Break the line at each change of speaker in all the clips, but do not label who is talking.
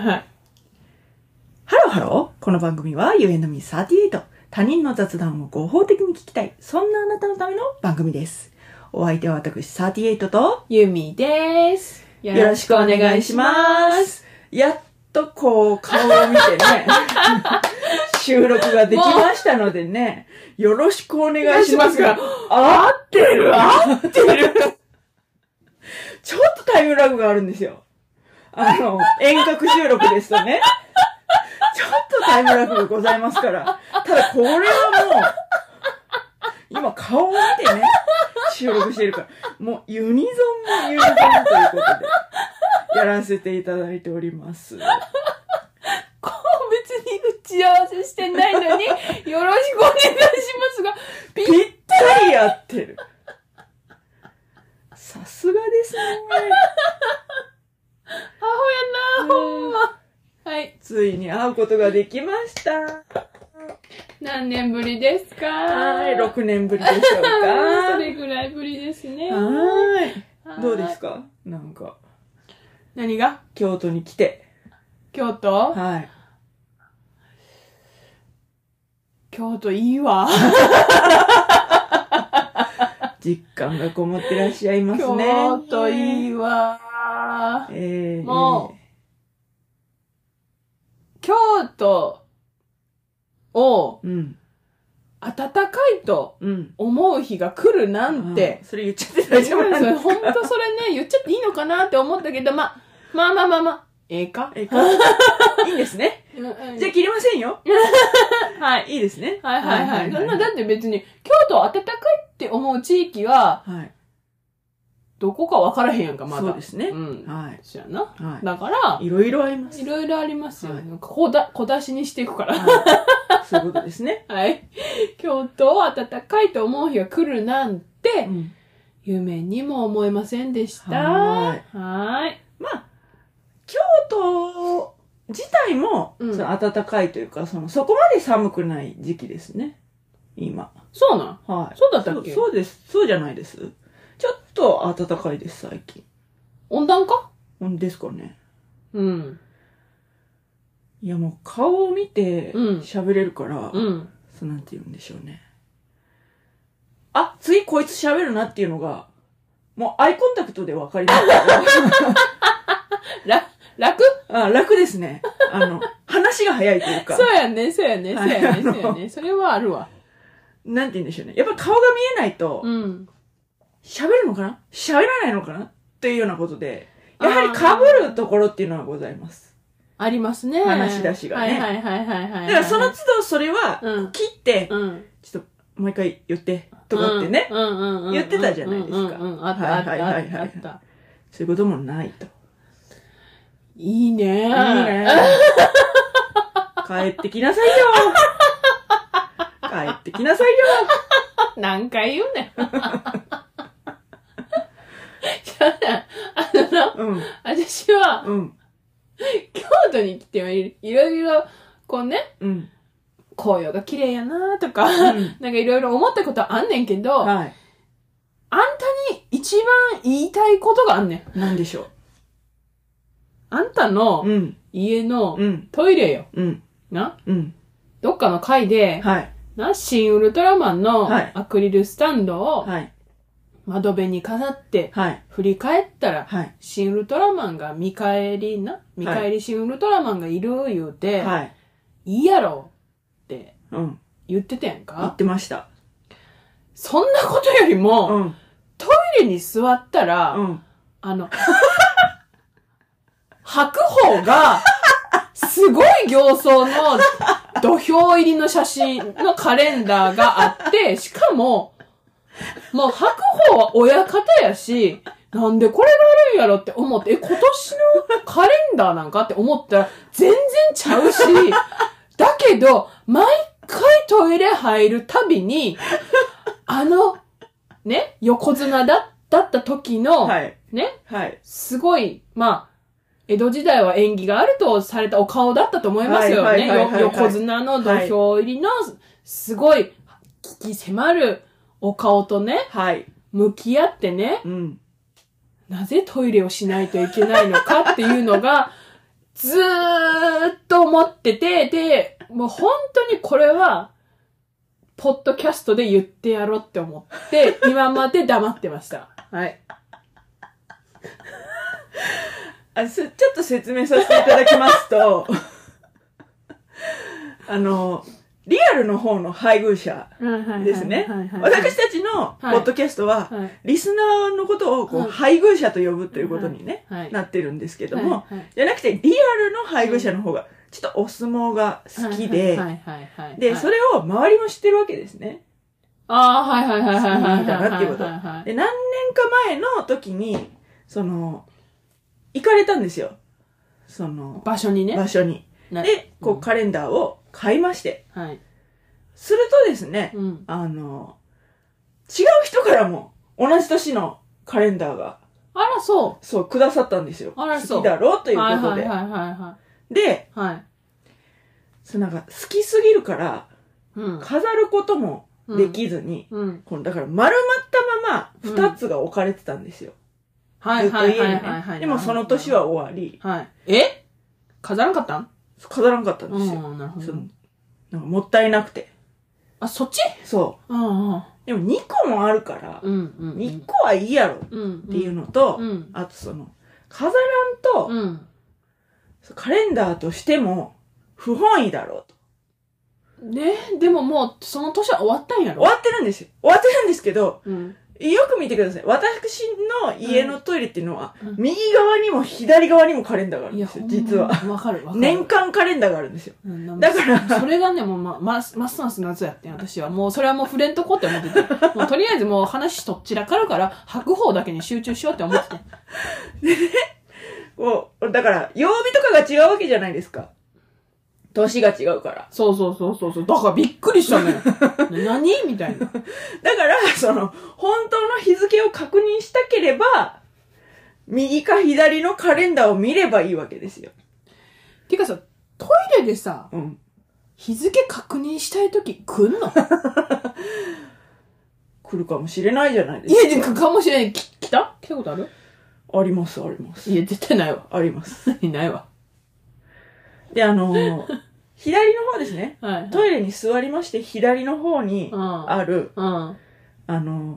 はい。ハローハロー。この番組は You and me38。他人の雑談を合法的に聞きたい。そんなあなたのための番組です。お相手は私38と
ゆみです。よ
よろしくお願いします。やっとこう顔を見てね、収録ができましたのでね、よろしくお願いしますが
お願
合
いし、
ってる合ってるちょっとタイムラグがあるんですよ。あの、遠隔収録ですとね、ちょっとタイムラグがございますから、ただこれはもう、今顔を見てね、収録してるから、もうユニゾンもユニゾンということで。やらせていただいております。
こう別に打ち合わせしてないの に、よろしくお願いしますが、
ぴったり合ってる。さすがですね。
母やな、ほんま。はい。
ついに会うことができました。
何年ぶりですか
はい、
六
6年ぶりでしょうか。
そ
は
れぐらいぶりですね。
ーい。どうです
か
かなんか、
何が
京都に来て。
京都
はい。
京都いいわ。
実感がこもってらっしゃいますね。
京都い
い。
いわ。
えー、
も京都を
うん。
暖かいと
うん。
思う日が来るなんて。
あー、それ言っちゃって大丈夫なん
そ
で
れ
すか
本当それね、言っちゃっていいのかなって思ったけど、まあ、まあまあまあまあ、ええか。
えかいいんですね。
うんうん
じゃあ切りませんよ。
はい。
いいですね。
はいはいはい。そんな、
は
だって別に、京都暖かいって思う地域は、
はい。
どこか分からへんやんか、まだ。
そうですね
う。ん。
は
そやな。
い。は
だから
い。、いろいろあります。
いろいろありますよ。
はい
小だ小出しにしていくから。
はいそういうことですね。
はい。京都を暖かいと思う日が来るなん
う
て、
ん
夢にも思いませんでした。
は
はーい。
まあ、京都自体も、
うん
その暖かいというか、その、そこまで寒くない時期ですね。今。
そうなん
はい。
そうだったっけ
そうそうです。そうじゃないです。ちょっと暖かいです、最近。
温暖化
うんですかね。
うん。
いや、もう顔を見て
うん
喋れるから、
うん。
そうなんて言うんでしょうね。あ、次こいつ喋るなっていうのが、もうアイコンタクトでわかり ます
ら、楽
あ楽ですね。あの、話が早いというか
そ、うやね、そうやね、そ
は
う
い
やね、
あの
そうやね。それはあるわ。
なんて言うんでしょうね。やっぱ顔が見えないと、
うん。
喋るのかな喋らないのかなっていうようなことで、やはり
あー
被るところっていうのはございます。
ありますね。
話し出しがね
はいはいはいはいはい。
だからその、都度それは、
うん。
切って、
うん。
ちょっともう一回言って、とかってね、
うんうんうんうん。
言ってたじゃないですか
うんうんうん。あったあった
はい
あ
はい
っ
はい
た
は
あ
い
った。
そういうこともないと。
いいね。いい
いい。ね。帰ってきなさいよ。帰ってきなさいよ。
何回言うねん。 じゃあね、あのな、
うん、
私は、
うん、
京都に来てはいいろいろ、こうね、
うん、
紅葉が綺麗やなとか、
う
なん
ん。
かいろいろ思ったことはあんねんけど、
はい。
あんたに一番言いたいことがあんねん。
なんでしょ
あんたの
う。うん、
家の
うん、
トイレよ。
うん、
な
うん。
どっかの階で、
はい、
な、新ウルトラマンの
はい
アクリルスタンドを
はい、
窓辺に飾って、
はい、
振り返ったら、
はい、
新ウルトラマンが見返りな、見返り新ウルトラマンがいる言うて、
はい。
い、いやろって
うん、
言ってたやん
言っ
か。
てました。
そんなことよりも、
うん、
トイレに座ったら、
うん。
あの、白鵬が、すごい形相の土俵入りの写真のカレンダーがあって、しかも、もう白鵬は親方やし、なんでこれがあるんやろって思って、え、今年のカレンダーなんかって思ったら、全然ちゃうし、だけど、毎回トイレ入るたびに、あの、ね、横綱だだった時の、
はい、
ね、
はい。
すごい、まあ、江戸時代は縁起があるとされたお顔だったと思いますよ
はい
ね。
はいはいはいは
よ
い
横綱の土俵入りの、すごい、危機迫るお顔とね、
はい、
向き合ってね、
うん。
なぜトイレをしないといけないのかっていうのが、 ずーっと思ってて、で、もう本当にこれは、ポッドキャストで言ってやろうって思って、今まで黙ってました。はい。
あすちょっと説明させていただきますと、 あの、リアルの方の配偶者ですね。私たちのポッドキャストは、
はい。
リスナーのことをこう、
はい
配偶者と呼ぶということにね、
はい。
なってるんですけども、
はいはい
じゃなくてリアルの配偶者の方が、ちょっとお相撲が好きで、
はいはいはいはい、
で、それを周りも知ってるわけですね。
ああ、はいはいはいはいはいはい
好
はい。
きなんだなっていうこと
はいはいはい
で、何年か前の時に、その、行かれたんですよ。その、
場所にね。
場所に。
ね
で、こ
うん
うカレンダーを買いまして。
はい。
するとですね、
うん。
あの、違う人からも同じ年のカレンダーが、
あら、そ
そう、くださったんですよ。
あらそう
好きだろうと
う。
いう
はい
こと
はい
で。
はいは
で、
いはい。はい。
そうなんか好きすぎるから、
うん。
飾ることもできずに、
うん。
このだから丸まったまま
うん
二つが置かれてたんですよ。
はい
ずっ
は
と家
い
に
はい
ね
はいはい。
でもその年。は終わり、
はい。え飾らんかったん
飾らんかったん
う
ですよ。
ん、なるほ
そ
ど
の。なんかもったいなくて。
あ、そっち
そ
うんうん
う。でも2個もあるから、
うんうん。
2個はいいやろっ
うん。
ていううのと、
ん。
あとその、飾らんと、
うん。
カレンダーとしても不本意だろうと。
ね、でももう、その年は終わったんや
終
ろ
わってるんですよ。終わってるんですけど、
うん。
よく見てください。私の家のトイレっていうのは、
うん
右側にも左側にもカレンダーがあるん
いや、
です
ほ
よ、
んま
実は。。
わかるわかる。
年間カレンダーがあるんですよ。
うん
だから
それがね、もうま、ま、ますますます夏やってん、私は。もう、それはもう触れんとこって思ってて。 もう、とりあえずもう話とっちらかるから、白鵬だけに集中しようって思ってて。
こうだから、曜日とかが違うわけじゃないですか。年が違うから。
そうそうそうそうそう。だからびっくりしたの よ。ね何みたい
だ
な。
から、その、本当の日付を確認したければ、右か左のカレンダーを見ればいいわけですよ。
てかさ、トイレでさ、
うん。
日付確認したいとき来んの
来るかもしれないじゃないで
い
す
や、
か。
でかもしれない。き来た来たことある
あります、あります。
いや、絶対ないわ。
あります。
何ないわ。
で、あの ー左の方ですね。
はい。
トイレに座りまして、左の方に
うん。
ある、
うん。
あのー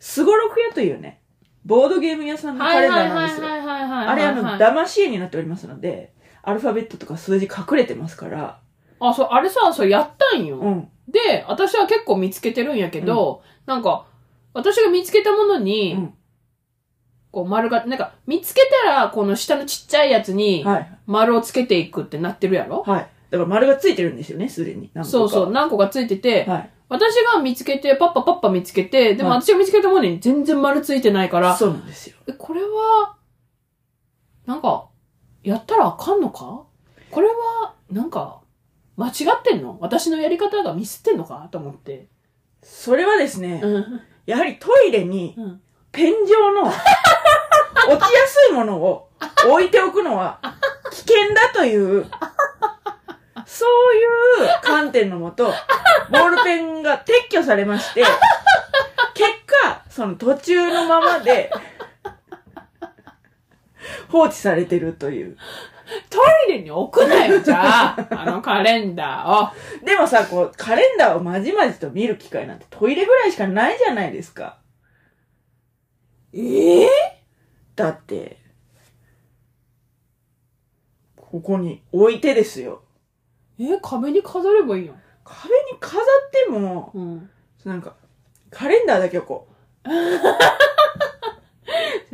スゴロク屋というね、ボードゲーム屋さんのカ
はい
レンダ
は
ー
い
なん
はい
ですよ。
はいはいはい。
あれ、あの、騙し絵になっておりますので、アルファベットとか数字隠れてますから、
あ、そう、あれさ、そうやったんよ。
うん。
で、私は結構見つけてるんやけど、なんか、私が見つけたものに、
うん
こう丸が、なんか、見つけたら、この下のちっちゃいやつに、
はい。
丸をつけていくってなってるやろ、
はい。だから丸がついてるんですよね、すでに。何個か
そうそう、。何個かついてて、
はい。
私が見つけて、パッパパッパ見つけて、でも
はい
私が見つけたものに全然丸ついてないから、
そうなんですよ。
えこれは、なんか、やったらあかんのかこれは、なんか、間違ってんの私のやり方がミスってんのかと思って。
それはですね、
うん。
やはりトイレに、
うん。
ペン状の 落ちやすいものを置いておくのは危険だという、そういう観点のもと、ボールペンが撤去されまして、結果、その途中のままで、放置されてるという。
トイレに置くなよ、じゃあ。あのカレンダーを。
でもさ、こう、カレンダーをまじまじと見る機会なんてトイレぐらいしかないじゃないですか。
ええ
だって、ここに置いてですよ。
え、壁に飾ればいいやん。
壁に飾っても、
うん。
なんか、カレンダーだけはこ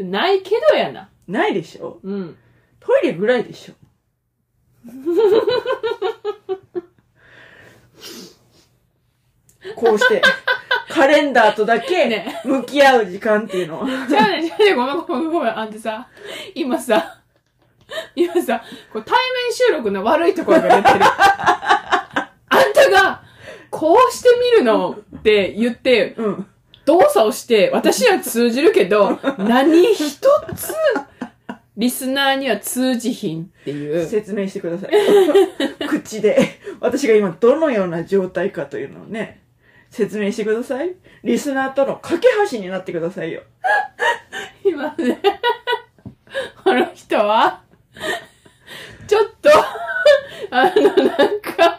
ないけどやな。
う、ないでしょ
うん。
トイレぐらいでしょこうして、カレンダーとだけ
ね
向き合う時間っていうのは。
じゃあね、じゃあね、ごめんごめんごめん。あんたさ、今さ、今さ、こう対面収録の悪いところが出てる。あんたが、こうしてみるのって言って、
うん。
動作をして、私には通じるけど、何一つ、リスナーには通じひんっていう。
説明してください。 口で、私が今どのような状態かというのをね、説明してください。リスナーとの架け橋になってくださいよ。
今ね、この人は、ちょっと、 あの、なんか、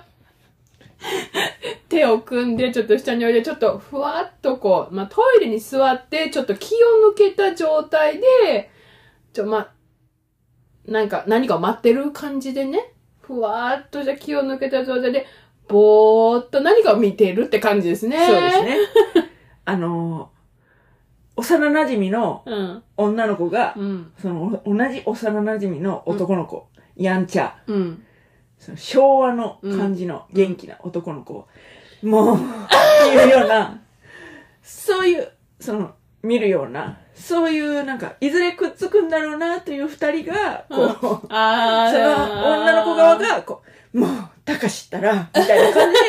手を組んで、ちょっと下に置いて、ちょっとふわっとこう、まあ、トイレに座って、ちょっと気を抜けた状態で、ちょ、まあ、なんか、何かを待ってる感じでね、ふわっとじゃ気を抜けた状態で、ぼーっと何かを見てるって感じですね。
そうです。ね。あの、幼馴染の
うん。
女の子が、
うん。
その、お同じ幼馴染の男の子、やんちゃ、
うん。
その昭和の感じの元気な男の子、もう、っていうような、そういう、その、見るような、そういう、なんか、いずれくっつくんだろうな、という二人が、こう、
うんあー
その女の子側、が、こう、もう、たかしったら、みたいな感じ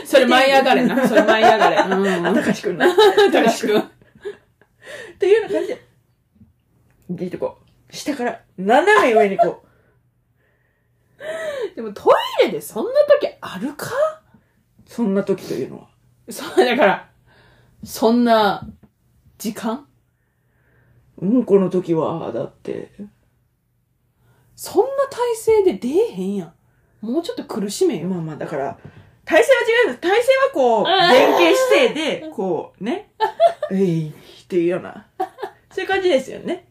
で、
それ舞い上がれ な。それ舞い上がれ。うん。
あ、たかしくんな。
たかしくん。
っていうような感じで、で、いいとこう、下から、斜め上にこう、
でもトイレでそんな時あるか
そんな時というのは。
そう、だから、そんな、時間
うんこの時は、だって、
そんな体勢で出えへんやん。もうちょっと苦しめよ。
まあまあ、だから、体勢は違う体勢はこう、前傾姿勢で、こう、ね、えい、っていうような、そういう感じですよね。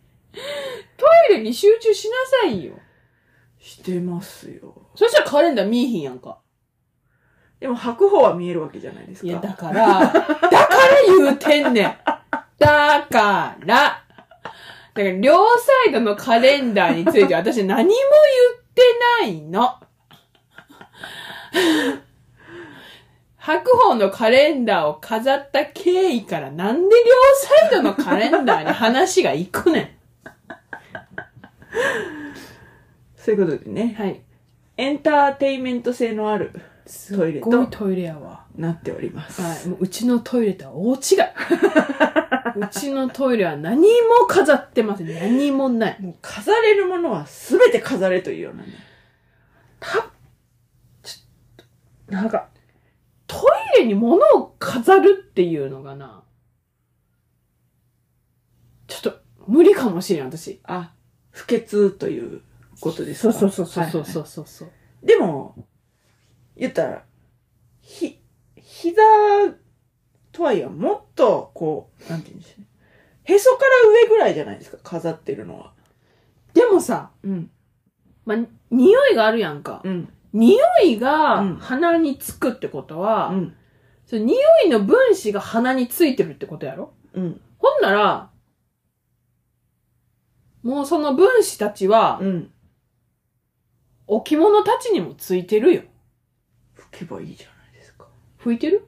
トイレに集中しなさいよ。
してますよ。
そしたらカレンダー見えへんやんか。
でも、白鵬は見えるわけじゃないですか。
いや、だから、だから言うてんねん。だから。だから、両サイドのカレンダーについて私何も言ってないの。白鵬のカレンダーを飾った経緯からなんで両サイドのカレンダーに話が行くね
そういうことで
ん。
ね、
はい。
エンターテインメント性のあるトイレ
すっご
と
いトイレやわ。
なっております。
はい。もううちのトイレとは 大違い。うちのトイレは何も飾ってません。何もない。
もう飾れるものは全て飾れというようなね。
た、ちょなんか、トイレに物を飾るっていうのがな、ちょっと無理かもしれん、私。
あ、不潔ということです
そう
か
そうそうそうそう
はい
そうそうそう。
でも、言ったら、ひ、膝とはいえもっと、こう、なんて言うんでしょうね。へそから上ぐらいじゃないですか、飾ってるのは。
でもさ、
うん。
まあ、匂いがあるやんか。
うん。
匂いが
うん
鼻につくってことは、
うん。
その匂いの分子が鼻についてるってことやろ
うん。
ほんなら、もうその分子たちは
う、ん。
置物たちにもついてるよ。
拭けばいいじゃないですか。
拭いてる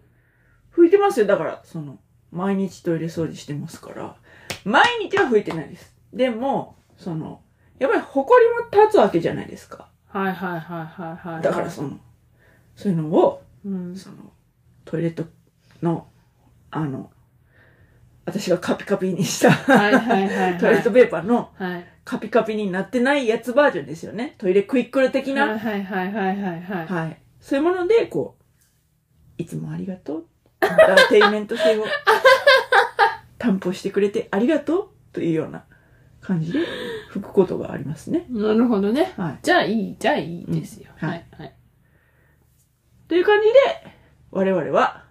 拭いてますよ。だから、その、毎日トイレ掃除してますから、毎日は拭いてないです。でも、その、やっぱり埃も立つわけじゃないですか。
はいはいはいはいはいはい。
だからその、そういうのを、
うん。
その、トイレットの、あの、私がカピカピにした、
はいはいはいはい。
トイレットペーパーの
はい。
カピカピになってないやつバージョンですよね。トイレクイックル的な。
はいはいはいはいはいはい。
はい。そういうもので、こう、いつもありがとう。エンターテインメント 性を担保してくれてありがとうというような感じで吹くことがありますね。
なるほどね。
はい。
じゃあいい、じゃあいいですよ。
うん
は
はいい
はい。
という感じで、我々は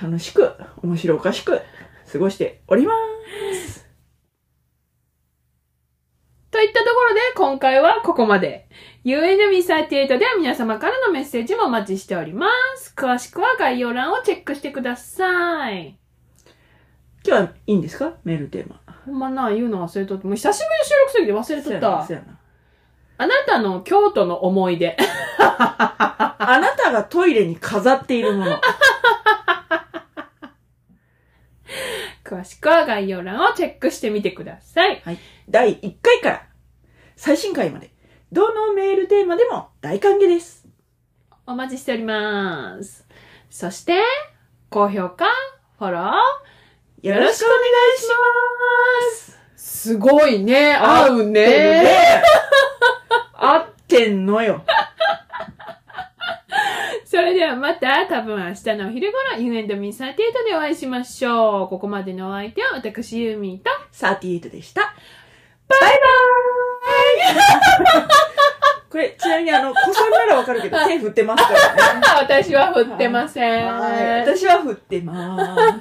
楽しく、面白おかしく過ごしております。
といったところで今回はここまで。UNB38 では皆様からのメッセージもお待ちしております。詳しくは概要欄をチェックしてください。
今日はいいんですかメールテーマ。
ほんまな、言うの忘れとって。もう久しぶりに収録すぎて忘れとった
そ。やな。
あなたの京都の思い出。
あなたがトイレに飾っているもの。
詳しくは概要欄をチェックしてみてください。
第1回から最新回まで、どのメールテーマでも大歓迎です。
お待ちしております。そして、高評価、フォロー、
よろしくお願いします。
す。すごいね。合う
で
ね。
合ってんのよ。
それではまた、多分明日のお昼頃、You and Me38 でお会いしましょう。ここまでのお相手は私、ユーミーと、
38でした。バイバーイ これ、ちなみにあの、子さんならわかるけど、手振ってますからね。
私は振ってません。
はい。私は振ってまーす。